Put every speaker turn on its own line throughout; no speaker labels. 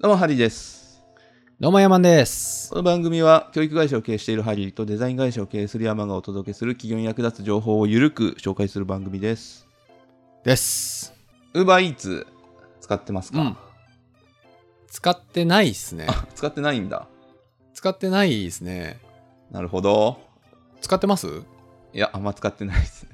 どうも、ハリーです。
どうも、ヤマンです。
この番組は、教育会社を経営しているハリーとデザイン会社を経営する山がお届けする企業に役立つ情報をゆるく紹介する番組です。
です。
UberEats 使ってますか、
うん使ってないですね。
あ、使ってないんだ。
使ってないですね。
なるほど。
使ってます
いや、あんま使ってないですね。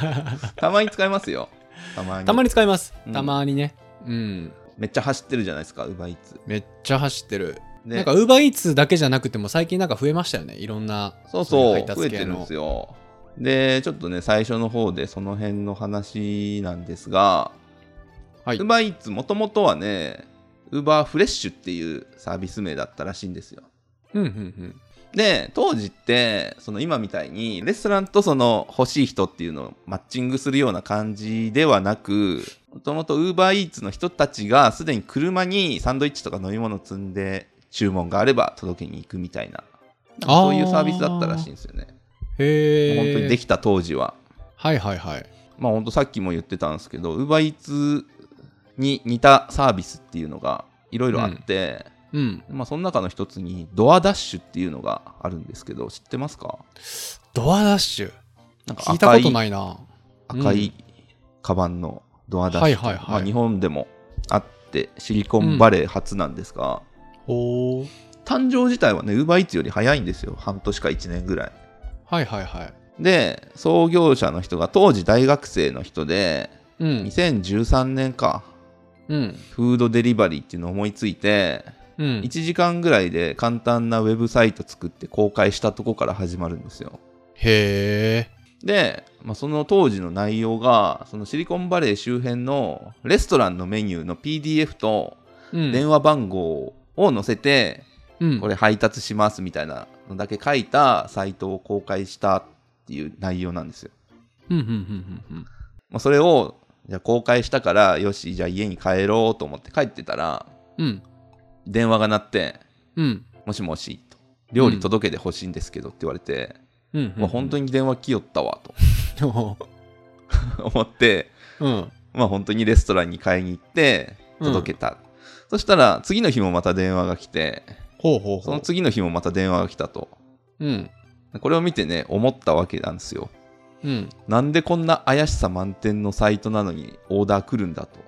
たまに使いますよ。たまに。
たま
に。
に使います
う。ん
たまにね。うん。
めっちゃ走ってるじゃないですか、UberEats。
めっちゃ走ってる。
で
なんか、ウーバーイーツだけじゃなくても、最近なんか増えましたよね。いろんな。
そうそう
い配達
増え
系
てるん
の
ですよでちょっとね最初の方でその辺の話なんですが、
はい
ウーバーイーツもともとはねウーバーフレッシュっていうサービス名だったらしいんですよ
うん、うん、
で当時ってその今みたいにレストランとその欲しい人っていうのをマッチングするような感じではなくもともとウーバーイーツの人たちがすでに車にサンドイッチとか飲み物積んで注文があれば届けに行くみたいな
うん。
そういうサービスだったらしいん
い。
ですよね
へえ。
本当にできた当時は。
はいはいはい。
まあ本当さっきも言ってたんですけど、UberEats に似たサービスっていうのがいろいろあって、
うん。
まあその中の一つにドアダッシュっていうのがあるんですけど、知ってますか
ドアダッシュ。
なんか
聞いたこと
い
ないな。
赤
うん
いカバンのドアダッシュってう。
はいはいはい
まあ日本でもあって、シリコンバレー初なんですが、
ほー。
誕生自体はね、UberEats より早いんですよ。半年か1年ぐらい。
はいはいはい。
で、創業者の人が当時大学生の人で、
うん。
2013年か、
うん。
フードデリバリーっていうのを思いついて、
うん。
1時間ぐらいで簡単なウェブサイト作って公開したとこから始まるんですよ。
へえ。
で、まあ、その当時の内容が、そのシリコンバレー周辺のレストランのメニューの PDF と
うん。
電話番号を載せて、
うん
これ配達しますみたいなのだけ書いたサイトを公開したっていう内容なんですよ。
うんうんうんうんうん。
まあ、それを、じゃあ公開したから、よし、じゃあ家に帰ろうと思って帰ってたら、
うん。
電話が鳴って、
うん。
もしもしと。料理届けてほしいんですけどって言われて、
うん。
まあ、本当
に。
に電話来よったわと思って、
うん。
まあ、本当にレストランに買いに行って届けた、そしたら次の日もまた電話が来て
ほうほうほう。
その次の日もまた電話が来たと
うん。
これを見てね思ったわけなんですよ
うん。
なんでこんな怪しさ満点のサイトなのにオーダー来るんだと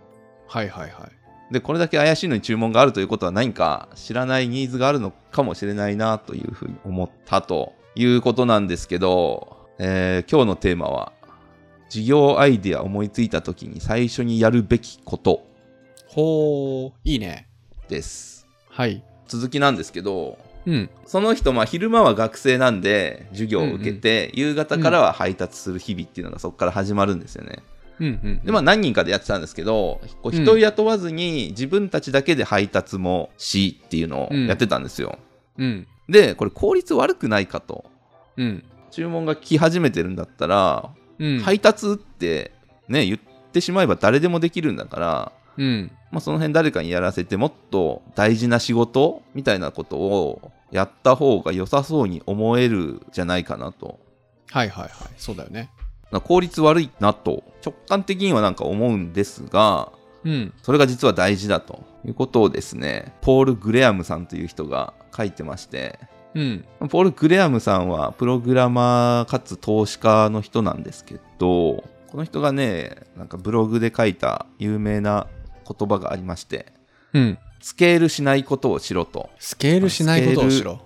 はいはいはい。
でこれだけ怪しいのに注文があるということは何か知らないニーズがあるのかもしれないなというふうに思ったということなんですけど、えー今日のテーマは事業アイデア思いついた時に最初にやるべきこと
ほう。いいね。
です
はい。
続きなんですけど
うん。
その人まあ昼間は学生なんで授業を受けて、夕方からは配達する日々っていうのがそこから始まるんですよね
うんうん。
でまあ、何人かでやってたんですけど、こう
うん
人雇わずに自分たちだけで配達もしっていうのをやってたんですよ。
うん。
で、これ効率悪くないかと。
うん。
注文が来始めてるんだったら、
うん。
配。達ってね、言ってしまえば誰でもできるんだから、
うん。
まあ、その辺誰かにやらせてもっと大事な仕事みたいなことをやった方が良さそうに思えるじゃないかなと。
はいはいはい。そうだよね。
まあ効率悪いなと直感的にはなんか思うんですが、
うん。
それが実は大事だということをですね、ポール・グレアムさんという人が書いてまして、
うん。
ポール・グレアムさんはプログラマーかつ投資家の人なんですけど、この人がね、なんかブログで書いた有名な言葉がありまして、
うん。
スケールしないことをしろと。
スケールしないことをしろ。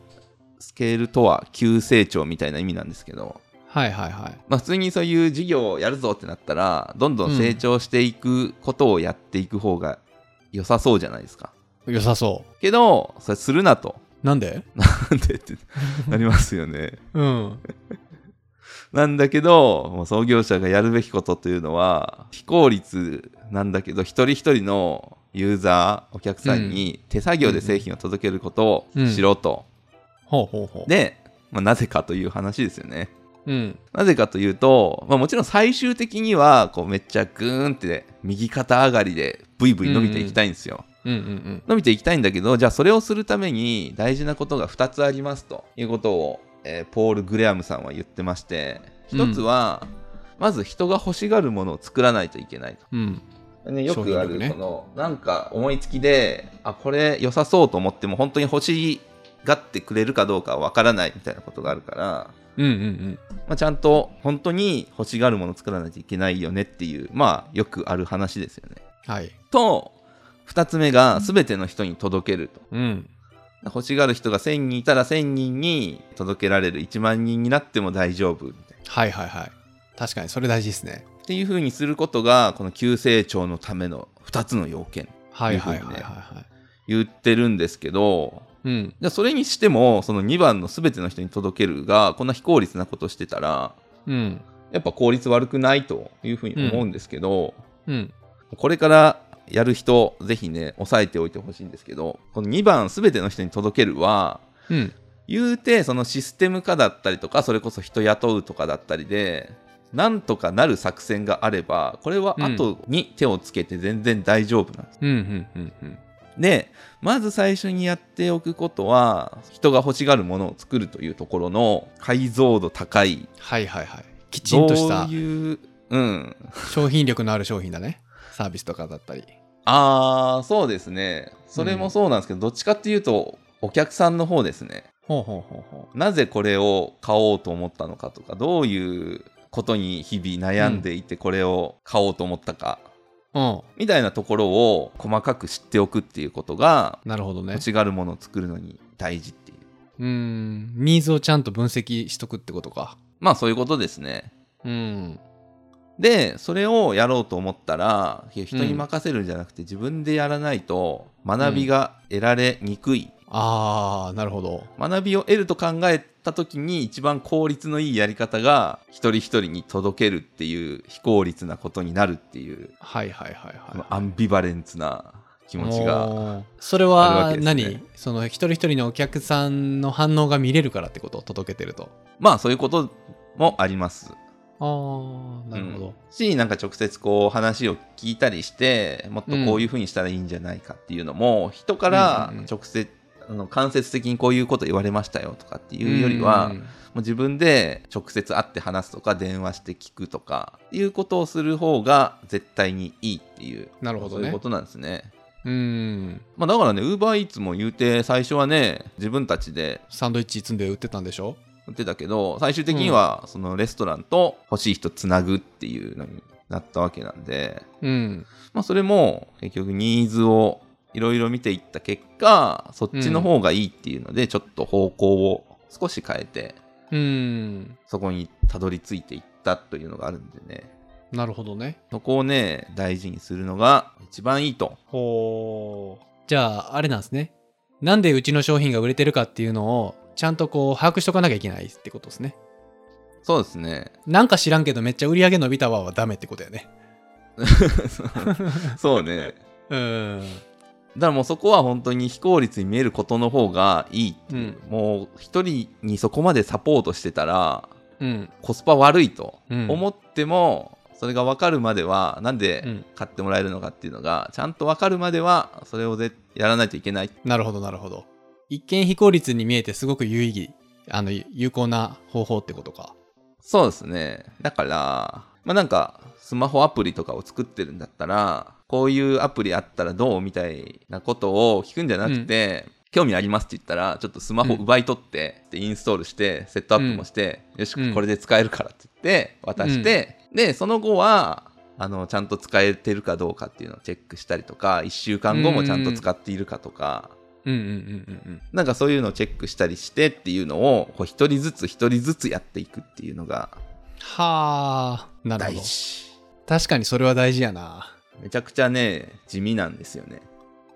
スケールとは急成長みたいな意味なんですけど、
はいはいはい。
まあ普通にそういう事業をやるぞってなったら、どんどん成長していくことをやっていく方が良さそうじゃないですか。
良さそ
けど、それするなと。
う。なんで
なんでってなりますよね。
うん。
なんだけど、もう創業者がやるべきことというのは、非効率なんだけど、一人一人のユーザー、お客さんに手作業で製品を届けることをしろと。
ほうほうほう。、
で、まあ、なぜかという話ですよね。
うん。
なぜかというと、まあ、もちろん最終的には、こうめっちゃグーンって右肩上がりでブイブイ伸びていきたいんですよ。
うんうん
伸びていきたいんだけどじゃあそれをするために大事なことが2つありますということを、えーポール・グレアムさんは言ってまして1つは、まず人が欲しがるものを作らないといけないと
うん。うん。
ね、よくあ
商品力
る、
ね
その、なんか思いつきで、あ、これ良さそうと思っても、本当に欲しがってくれるかどうかわからないみたいなことがあるから、
うんうんうん。
まあ、ちゃんと本当に欲しがるものを作らないといけないよねっていう、まあ、よくある話ですよね。
はい。
と、二つ目が、すべての人に届けると。
うん。
欲しがる人が1000人いたら1000人に届けられる1万人になっても大丈夫みたいな
はいはいはい。確かにそれ大事ですね。
っていう風にすることがこの急成長のための2つの要件
はいはいはいはいい、
い風
はい。
言ってるんですけど
うん。
じゃあそれにしてもその2番の全ての人に届けるがこんな非効率なことしてたら
うん。
やっぱ効率悪くないという風に思うんですけど、
うん。
これからやる人ぜひね押さえておいてほしいんですけどこの2番全ての人に届けるは
うん。
言うてそのシステム化だったりとかそれこそ人雇うとかだったりでなんとかなる作戦があればこれは後に手をつけて全然大丈夫なんです。
うん。うん。うん。うん。
でまず最初にやっておくことは人が欲しがるものを作るというところの解像度高い
はいはいはい。きちんとし
ど
た
ういううん
商品力のある商品だね。サービスとかだったり。
あーそうですねそれもそうなんですけど、どっちかっていうとお客さんの方ですね
ほうほうほうほ
なぜこれを買おうと思ったのかとかどういうことに日々悩んでいてこれを買おうと思ったか、
う。う
みたいなところを細かく知っておくっていうことが
ん。なるほどね
欲。しがるものを作るのに大事っていう
うーん。ニーズをちゃんと分析しとくってことか。
まあそういうことですね
うん。
でそれをやろうと思ったらいや人に任せるんじゃなくて自分でやらないと学びが得られにくい、
あー、なるほど。
学びを得ると考えた時に一番効率のいいやり方が一人一人に届けるっていう非効率なことになるっていう
はいはいはい
この
は
アンビバレンツな気
い。
持ちが
おーそれ
あるわ
は
けです
何、
ね
その一人一人のお客さんの反応が見れるからってこと届けてると。
まあそういうこともあります
あー、なるほど。
しなんか直接こう話を聞いたりしてもっとこういうふうにしたらいいんじゃないかっていうのも人から
うんうんうん
直接あの間接的にこういうこと言われましたよとかっていうよりは
う
も
ん
う自分で直接会って話すとか電話して聞くとかっていうことをする方が絶対にいいっていう
なるほど
そうい
ね
うことなんですね。
うん。
まあ、だからね、ウーバーイーツも言うて、最初はね、自分たちで
サンドイッチ積んで売ってたんでしょ
売ってたけど最終的にはそのレストランと欲しい人つなぐっていうのになったわけなんで、
うん。
まあ、それも結局ニーズをいろいろ見ていった結果そっちの方がいいっていうので、ちょっと方向を少し変えて
うん。
そこにたどり着いていったというのがあるんでね
なるほどね。
そこをね大事にするのが一番いいと
ほう。じゃあ、あれなんですね。なんでうちの商品が売れてるかっていうのを、ちゃんとこう、把握しとかなきゃいけないってことですね。
そうです ね
なんか知らんけど、めっちゃ売り上げ伸びたわはダメってことやね。
そうね
うん。
だからもうそこは本当に非効率に見えることの方がいいっていう、もう一人にそこまでサポートしてたら
うん。
コスパ悪いと
うん
思っても、それが分かるまではなん
う
で
ん
買ってもらえるのかっていうのがちゃんと分かるまではそれをぜやらないといけない
なるほど、なるほど。一見非効率に見えてすごく有意義、あの、有効な方法ってことか。
そうですねだからまあなんかスマホアプリとかを作ってるんだったらこういうアプリあったらどうみたいなことを聞くんじゃなくて、興味ありますって言ったらちょっとスマホ奪い取って、でインストールしてセットアップもして、よし
うん
これで使えるからって言って渡して、でその後はあのちゃんと使えてるかどうかっていうのをチェックしたりとか1週間後もちゃんと使っているかとか、
うんうんうんうんうん。
なんかそういうのをチェックしたりしてっていうのをこう一人ずつ一人ずつやっていくっていうのが
はあ、なるほ
大
ど。
事。
確かにそれは大事やな。
めちゃくちゃね、地味なんですよね。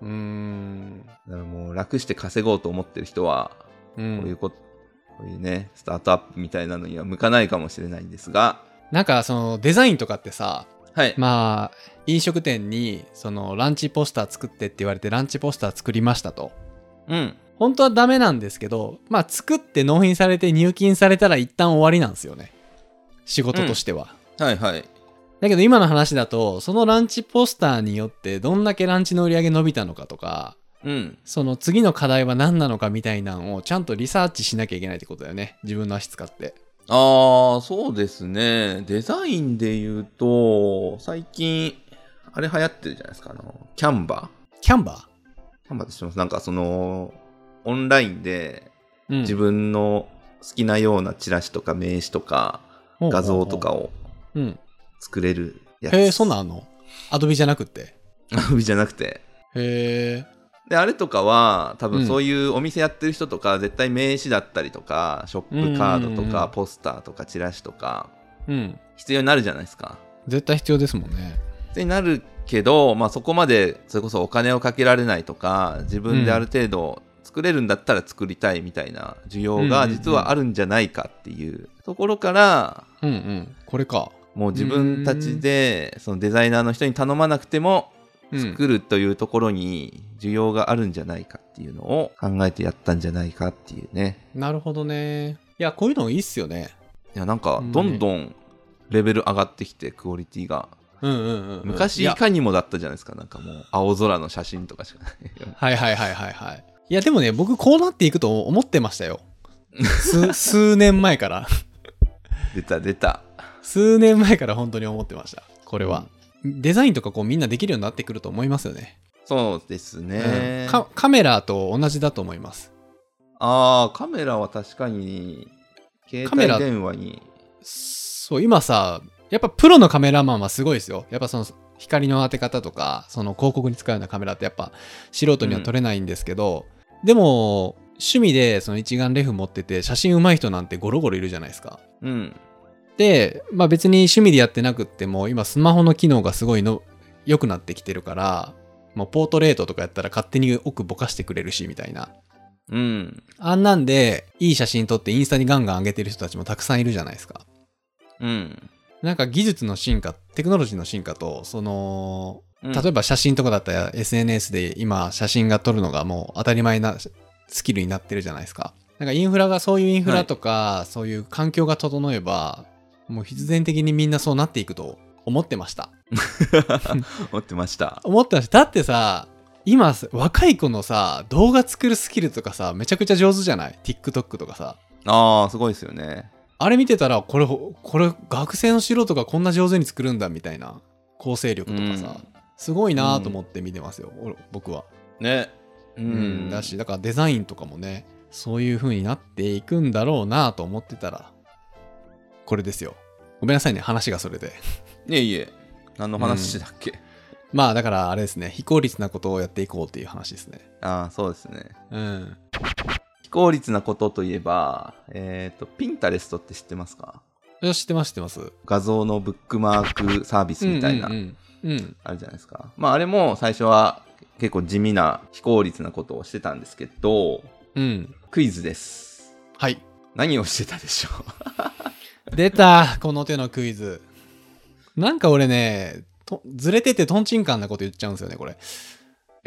うーん。
だからもう楽して稼ごうと思ってる人は、
う、
こういうんこと、こういうね、スタートアップみたいなのには向かないかもしれないんですが、
なんかそのデザインとかってさ
はい。
まあ飲食店にそのランチポスター作ってって言われてランチポスター作りましたと
うん。
本当はダメなんですけどまあ作って納品されて入金されたら一旦終わりなんですよね仕事としては、
はいはい。
だけど今の話だとそのランチポスターによってどんだけランチの売り上げ伸びたのかとか
うん。
その次の課題は何なのかみたいなのをちゃんとリサーチしなきゃいけないってことだよね自分の足使って
あー、そうですね。デザインで言うと、最近、あれ流行ってるじゃないですか。あの、キャンバ
キャンバ
ーキャンバーって知ってますなんかその、オンラインで
ー、うん
自分の好きなようなチラシとか名刺とか
ほうほうほ
画
う
像とかを
うん。
作れるやつ。
へえ、そんなんあんのアドビじゃなくって。
ア ビじゃなくて。
へえ、
で、あれとかは、多
う
分
ん
そういうお店やってる人とか、絶対名刺だったりとか、ショップカード
うんう
と
んうんう
か
ん、
ポスターとか、チラシとか、
うん。
必要になるじゃないですか。
絶対必要ですもんね。
必要になるけど、まあそこまで、それこそお金をかけられないとか、自分である程度作れるんだったら作りたいみたいな需要
う
が
んうんうん
実はあるんじゃないかっていうところから、
うんうん。これか。
もう自分たちで、そのデザイナーの人に頼まなくても、
うん。
作るというところに需要があるんじゃないかっていうのを考えてやったんじゃないかっていうね
なるほどね。いや、こういうのいいっすよね。
いやなんかどんどんレベル上がってきてクオリティが
うんうんうんうん。
昔
い
い
や
かにもだったじゃないですかなんかもう青空の写真とかしかない
はいはいはいはいはい。いや、でもね、僕こうなっていくと思ってましたよ。数、 数年前から。
出た出た
数年前から本当に思ってました。これは。デザインとかこうみんなできるようになってくると思いますよね。
そうですね、
うんかカメラと同じだと思います。
あーカメラは確かに携
カメラ
帯電話に
そう、今さ、やっぱプロのカメラマンはすごいですよ。やっぱその光の当て方とか、その広告に使うようなカメラってやっぱ素人には撮れないんですけど、でも、趣味でその一眼レフ持ってて写真上手い人なんてゴロゴロいるじゃないですか。
うん
で、まあ別に趣味でやってなくっても、今スマホの機能がすごいの良くなってきてるから、もうポートレートとかやったら勝手に奥ぼかしてくれるし、みたいな。
うん
あんなんで、いい写真撮ってインスタにガンガン上げてる人たちもたくさんいるじゃないですか。
うん
なんか技術の進化、テクノロジーの進化と、その、
うん
例えば写真とかだったら SNS で今写真が撮るのがもう当たり前なスキルになってるじゃないですか。なんかインフラが、そういうインフラとか、そういう環境が整えば、もう必然的にみんなそうなっていくと思ってました。
持ってました
思ってました。だってさ、今、若い子のさ、動画作るスキルとかさ、めちゃくちゃ上手じゃない ?TikTok とかさ。
ああすごいですよね
あれ見てたら、これ、これ、学生の素人がこんな上手に作るんだ、みたいな、構成力とかさ、すごいなと思って見てますよ、俺僕は。
ねうん、
うんだし、だからデザインとかもね、そういう風になっていくんだろうなと思ってたら、これですよ。ごめんなさいね、話がそれで。
いえいえ何の話だっけ、
まあ、だからあれですね、非効率なことをやっていこうっていう話ですね。
ああそうですね
うん。
非効率なことといえばえっ、とピンタレストって知ってますか
いや知ってます、知ってます。
画像のブックマークサービスみたいな、
うんうんうん。うん
あるじゃないですかまああれも最初は結構地味な非効率なことをしてたんですけど
うん。
クイズです
はい。
何をしてたでしょう
出たこの手のクイズなんか俺ねとずれててとんちんかんなこと言っちゃうんですよねこ
い
れ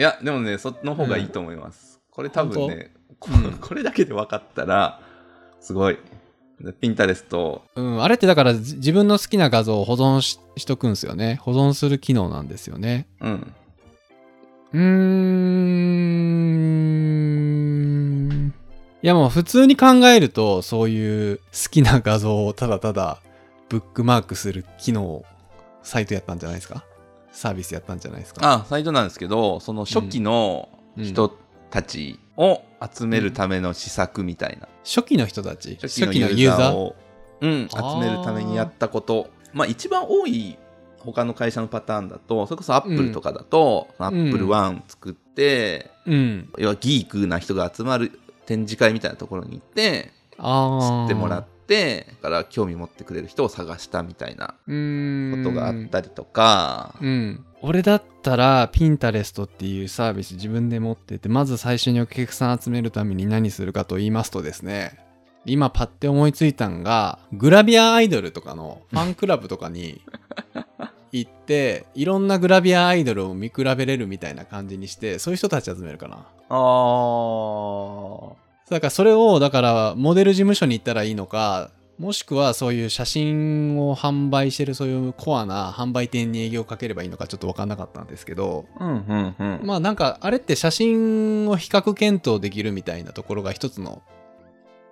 やでもねその方がいいと思います、これ多分ねこ
本当うん
これだけで分かったらすごいピンタレスト
うんあれってだからじ自分の好きな画像を保存ししとくんですよね保存する機能なんですよね
うん
うーんいやもう普通に考えるとそういう好きな画像をただただブックマークする機能サイトやったんじゃないですかサービスやったんじゃないですか
あサイトなんですけどその初期の人たちを集めるための施策みたいな、
初期の人たち
初期のユーザーをうん、
あー
集めるためにやったことまあ一番多い他の会社のパターンだとそれこそアップルとかだと、アップルワン作って、
うん
要はギークな人が集まる展示会みたいなところに行って
ああ
知ってもらってだから興味持ってくれる人を探したみたいな
う
こ
ーん
とがあったりとか、
うん俺だったらピンタレストっていうサービス自分で持っててまず最初にお客さん集めるために何するかと言いますとですね今パッて思いついたんがグラビアアイドルとかのファンクラブと かに行っていろんなグラビアアイドルを見比べれるみたいな感じにしてそういう人たち集めるかな
あー
だからそれをだからモデル事務所に行ったらいいのかもしくはそういう写真を販売してるそういうコアな販売店に営業をかければいいのかちょっと分かんなかったんですけど
うんうんうん
まあなんかあれって写真を比較検討できるみたいなところが一つの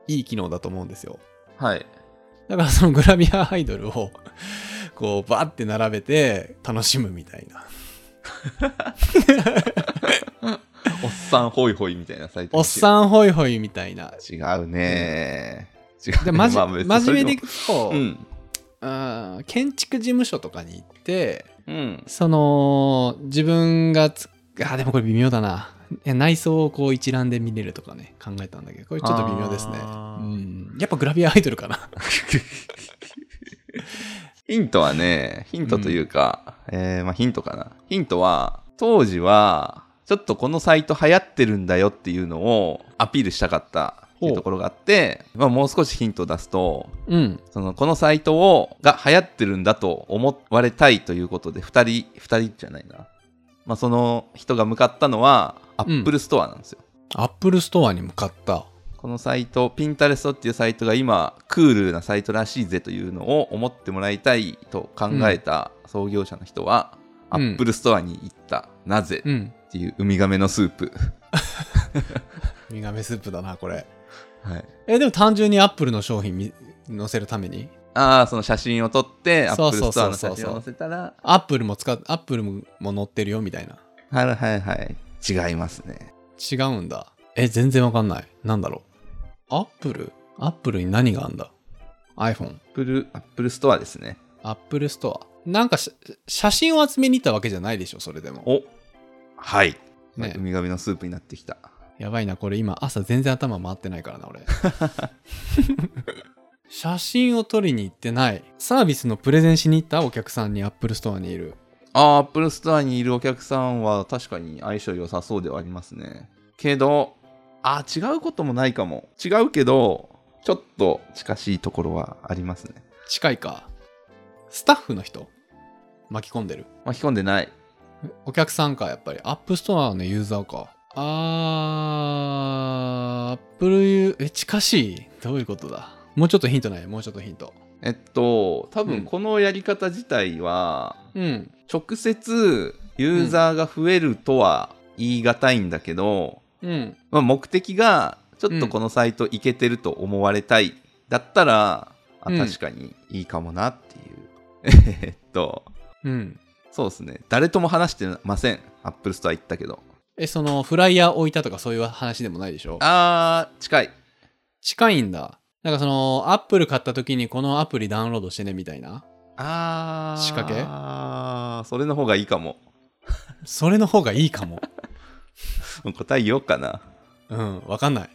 いい機能だと思うんですよ
はい
だからそのグラビアアイドルをこうバーって並べて楽しむみたいな
おっさんホイホイみたいなサイト
おっ
ん
さんホイホイみたいな。
違うね違うね
で、ま じ、
まあ別に
真面目でい
そ
くと、
れでもうん
あー建築事務所とかに行って、
うん
その、自分がつ、あー、でもこれ微妙だな。いや内装をこう一覧で見れるとかね、考えたんだけど、これちょっと微妙ですね。
あ
う
ー
ん。やっぱグラビアアイドルかな。
ヒントはね、ヒントというか、えーまあヒントかな。ヒントは、当時は、ちょっとこのサイト流行ってるんだよっていうのをアピールしたかったっていうところがあって、まあもう少しヒントを出すと、
うん。
そのこのサイトをが流行ってるんだと思われたいということで、二人、二人じゃないな。まあその人が向かったのは、アップルストアなんですよ。
アップルストアに向かった。
このサイト、ピンタレストっていうサイトが今、クールなサイトらしいぜというのを思ってもらいたいと考えた創業者の人は、
うん
アップルストアに行った、なぜ
うん。
っていうウミガメのスープ。
ウミガメスープだな、これ。
はい、
え、でも単純にアップルの商品み載せるために
ああ、その写真を撮って、アッ
そう
プル
そう
ス
そ
トア
う
の
そう
写真を載せたら、
アップルも使っ、アップルも載ってるよみたいな。
はいはいはい、違いますね。
違うんだ。え、全然わかんない。なんだろう。アップルアップルに何があんだ ?iPhone。
アップル、アップルストアですね。
アップルストア。なんかし写真を集めに行ったわけじゃないでしょ、それでも。
おはい、
ね
ウミガメのスープになってきた。
やばいな、これ今朝全然頭回ってないからな、俺。写真を撮りに行ってない。サービスのプレゼンしに行ったお客さんにアップルストアにいる。
あーアップルストアにいるお客さんは確かに相性良さそうではありますね。けど、あー違うこともないかも。違うけど、ちょっと近しいところはありますね。
近いか。スタッフの人巻き込んでる。
巻き込んでない。
お客さんか、やっぱり。アップストアのユーザーか。あー、アップルユー、え、近しいどういうことだもうちょっとヒントないもうちょっとヒント。
えっと、多
うん
分このやり方自体は、
うん。
直接ユーザーが増えるとは言い難いんだけど、
うん。
まあ、目的がちょっとこのサイトいけてると思われたい、だったら、あ
うん
確かにいいかもなっていう。 えっと、
うん。
そうですね。誰とも話してません。アップルストア行ったけど。
え、その、フライヤー置いたとかそういう話でもないでしょ
あー、近い。
近いんだ。なんかその、アップル買った時にこのアプリダウンロードしてね、みたいな。
あー。
仕掛け
あー、それの方がいいかも。
それの方がいいかも。
答え言おうかな。
うん、わかんない。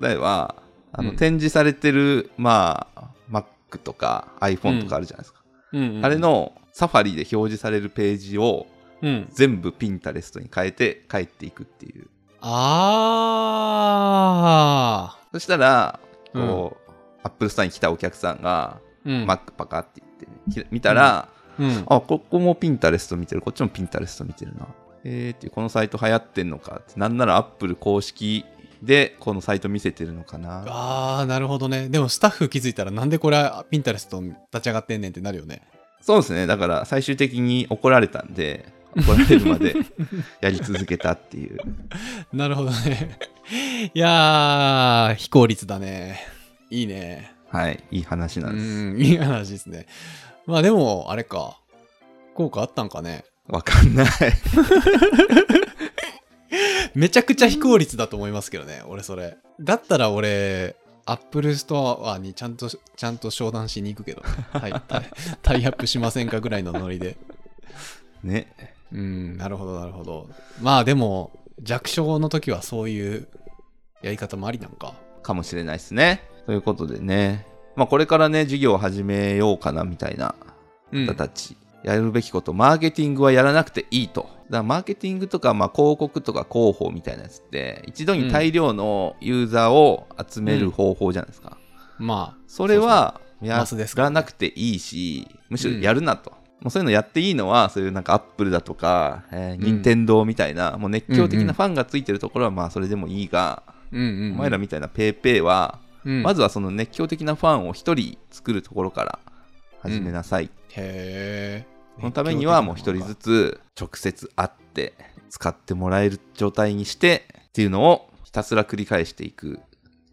例えば、あの、
うん
展示されてる、まあ、Mac とか iPhone とかあるじゃないですか。
うん、うん。
あれ、のサファリで表示されるページを
うん。
全部 Pinterest に変えて帰っていくっていう。
あ
そしたら、こう、アップルストアに来たお客さんが、
ー。うん。
Mac パカって言って、ひら見たら、
うん、
あ、ここもピンタレスト見てる、こっちもピンタレスト見てるな。えーっていう、このサイト流行ってんのかって、なんならアップル公式でこのサイト見せてるのかな。
ああなるほどねでもスタッフ気づいたらなんでこれピンタレスト立ち上がってんねんってなるよ ね
そうですね、だから最終的に怒られたんで、怒られるまでやり続けたっていう。
なるほどねいやー非効率だねいいね
はい、いい話
う
なんです。
んいい話ですねまあでもあれか効果あったんかね
わかんない。
めちゃくちゃ非効率だと思いますけどね俺それだったら俺アップルストアにちゃんとちゃんと商談しに行くけど、 はい、タイタイアップしませんかぐらいのノリで
ね。
うん、なるほど、なるほど。まあでも、弱小の時はそういうやり方もありなんか。
かもしれないですね。ということでね、まあこれからね、授業を始めようかなみたいな
うん
人たち、やるべきこと、マーケティングはやらなくていいと。だからマーケティングとか、まあ、広告とか広報みたいなやつって、一度に大量のユーザーを集める方法じゃないですか。
まあ、
それはや
マスですかららね
なくていいし、むしろやるなと。もうそういうのやっていいのは、そういうなんかアップルだとか、えー、任天堂みたいな、もう熱狂的なファンがついてるところは、まあそれでもいいが、
そうそう、うんうんうん、
お前らみたいなペーペーは、
うん、
ま
ず、
ずはその熱狂的なファンを一人作るところから始めなさい
へえ。
そのためにはもう一人ず
つ。
つ直接会って使ってもらえる状態にしてっていうのをひたすら繰り返していく。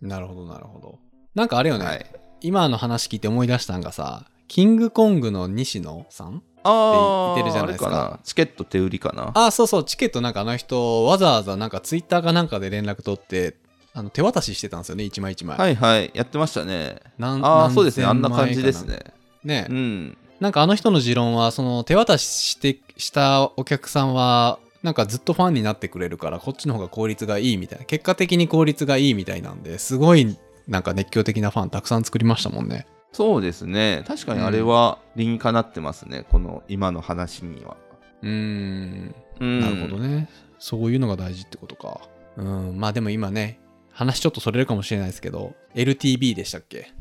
なるほど、なるほど。なんかあれよね、
はい。
今の話聞いて思い出したんがさ、キングコングの西野さん
ああ、
って言ってるじゃないですか
あれなチケット手売りかな。
ああ、そうそう、チケットなんかあの人、わざわざなんかツイッターかなんかで連絡取って、あの手渡ししてたんですよね、一枚一枚。
はいはい、やってましたね。
なん
ああ、
何
そうですね、あんな
千枚
感じですね。
ね
う、ん。
なんかあの人の持論は、その手渡ししてしたお客さんは、なんかずっとファンになってくれるから、こっちの方が効率がいいみたいな、結果的に効率がいいみたいなんで、すごいなんか熱狂的なファンたくさん作りましたもんね。
そうですね、確かにあれは理にかなってますね、この今の話には。
うーん、
うん、
なるほどね。そういうのが大事ってことか。うん、まあでも今ね、話ちょっとそれるかもしれないですけど、LTB でしたっけ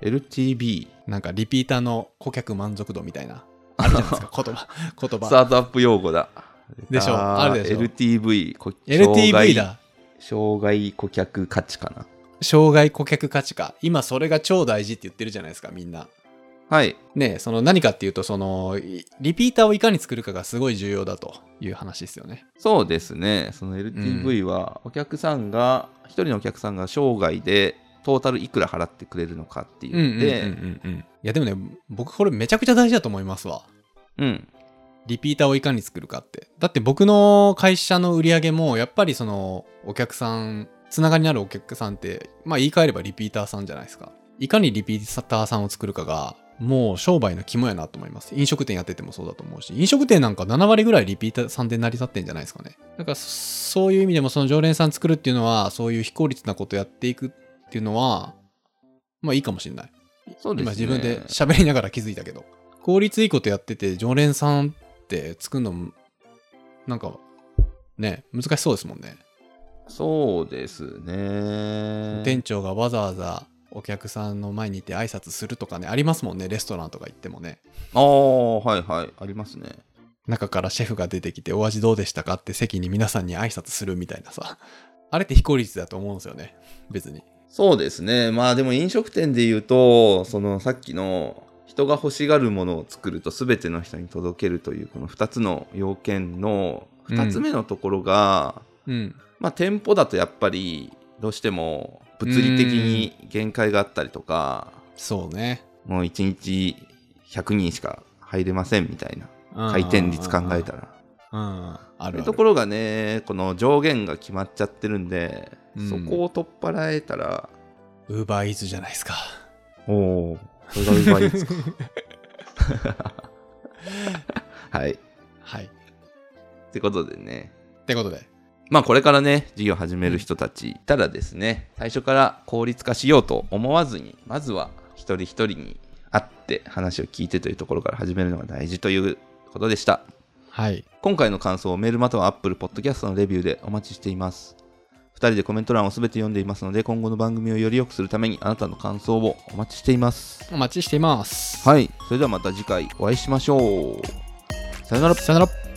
LTB、
なんかリピーターの顧客満足度みたいな。あるじゃないですか、 言葉。言
ス
葉。
タートアップ用語だ。
でしょ
ー
あるでしょ
LTV、こ
LTV
障
だ。
害。障害顧客価値かな。
障害顧客価値か今それが超大事って言ってるじゃないですかみんな
はい、
ねえその何かっていうとそのいリピーターをいかに作るかがすごい重要だという話ですよね
そうですね、その LTV は、お客さんが、一人のお客さんが生涯でトータルいくら払ってくれるのかっていうので、
んうんいやでもね僕これめちゃくちゃ大事だと思いますわ
うん、
リピーターをいかに作るかってだって僕の会社の売り上げもやっぱりそのお客さんつながりのあるお客さんってまあ言い換えればリピーターさんじゃないですかいかにリピーターさんを作るかがもう商売の肝やなと思います飲食店やっててもそうだと思うし飲食店なんか7割ぐらいリピーターさんで成り立ってんじゃないですかねだからそういう意味でもその常連さん作るっていうのはそういう非効率なことやっていくっていうのはまあいいかもしれない
そうです
今
ね。
自分で喋りながら気づいたけど効率いいことやってて常連さんって作るのもなんかね難しそうですもんね、
そうですね。
店長がわざわざお客さんの前にいて挨拶するとかねありますもんねレストランとか行ってもね
ああ、はいはい、ありますね。
中からシェフが出てきてお味どうでしたかって席に皆さんに挨拶するみたいなさあれって非効率だと思うんですよね別に
そうですね。まあでも飲食店で言うと、そのさっきの人が欲しがるものを作ると全ての人に届けるというこの2つの要件の
うん
2つ目のところが、
うん
まあ店舗だとやっぱりどうしても物理的に限界があったりとか、
そうね
もう1日100人しか入れませんみたいな回転率考えたら。
うんあ
そう
る
い
あ
うと
る
ころがね、この上限が決まっちゃってるんで、
うん
そこを取っ払えたら、
ウーバーイーツじゃないですか
おお、それがうまいですか。 はい。
はい
ってことでね、
ってことで
まあこれからね、事業始める人たちいたらですね、最初から効率化しようと思わずに、まずは一人一人に会って話を聞いてというところから始めるのが大事ということでした。
はい
今回の感想をメールまたは Apple Podcast のレビューでお待ちしています。2人でコメント欄をすべて読んでいますので、今後の番組をより良くするためにあなたの感想をお待ちしています。
お待ちしています。
はい、それではまた次回お会いしましょう。さよなら。
さよなら。